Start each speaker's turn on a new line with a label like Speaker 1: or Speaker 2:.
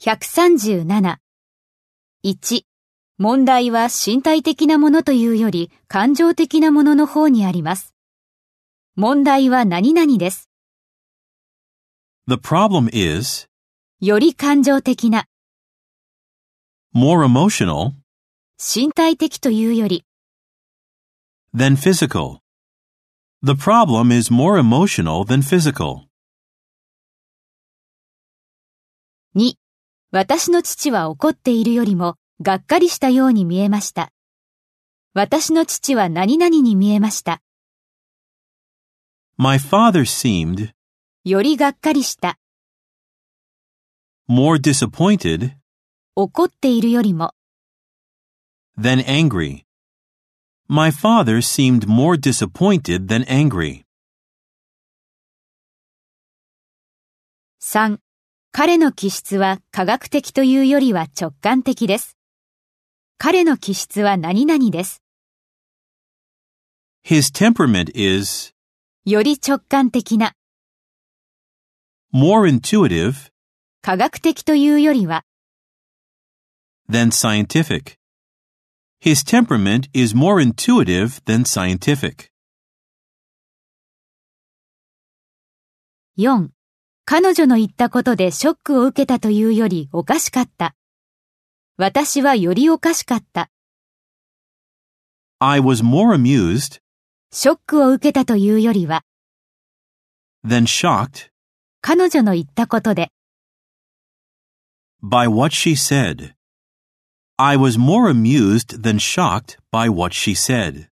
Speaker 1: 137。1. 問題は身体的なものというより感情的なものの方にあります。問題は何々です。
Speaker 2: The problem is
Speaker 1: より感情的な、
Speaker 2: more emotional
Speaker 1: 身体的というより、
Speaker 2: than physical. The problem is more emotional than physical.
Speaker 1: 2. 私の父は怒っているよりも、がっかりしたように見えました。私の父は何々に見えました。
Speaker 2: My father seemed
Speaker 1: よりがっかりした、
Speaker 2: more disappointed
Speaker 1: 怒っているよりも、
Speaker 2: than angry. My father seemed more disappointed than angry.
Speaker 1: 3. 彼の気質は科学的というよりは直感的です。彼の気質は何々です。
Speaker 2: His temperament is
Speaker 1: より直感的な、
Speaker 2: more intuitive
Speaker 1: 科学的というよりは、
Speaker 2: than scientific. His temperament is more intuitive than scientific.
Speaker 1: 4. 彼女の言ったことでショックを受けたというよりおかしかった。私はよりおかしかった。
Speaker 2: I was more amused
Speaker 1: ショックを受けたというよりは、
Speaker 2: than shocked
Speaker 1: 彼女の言ったことで、
Speaker 2: by what she said. I was more amused than shocked by what she said.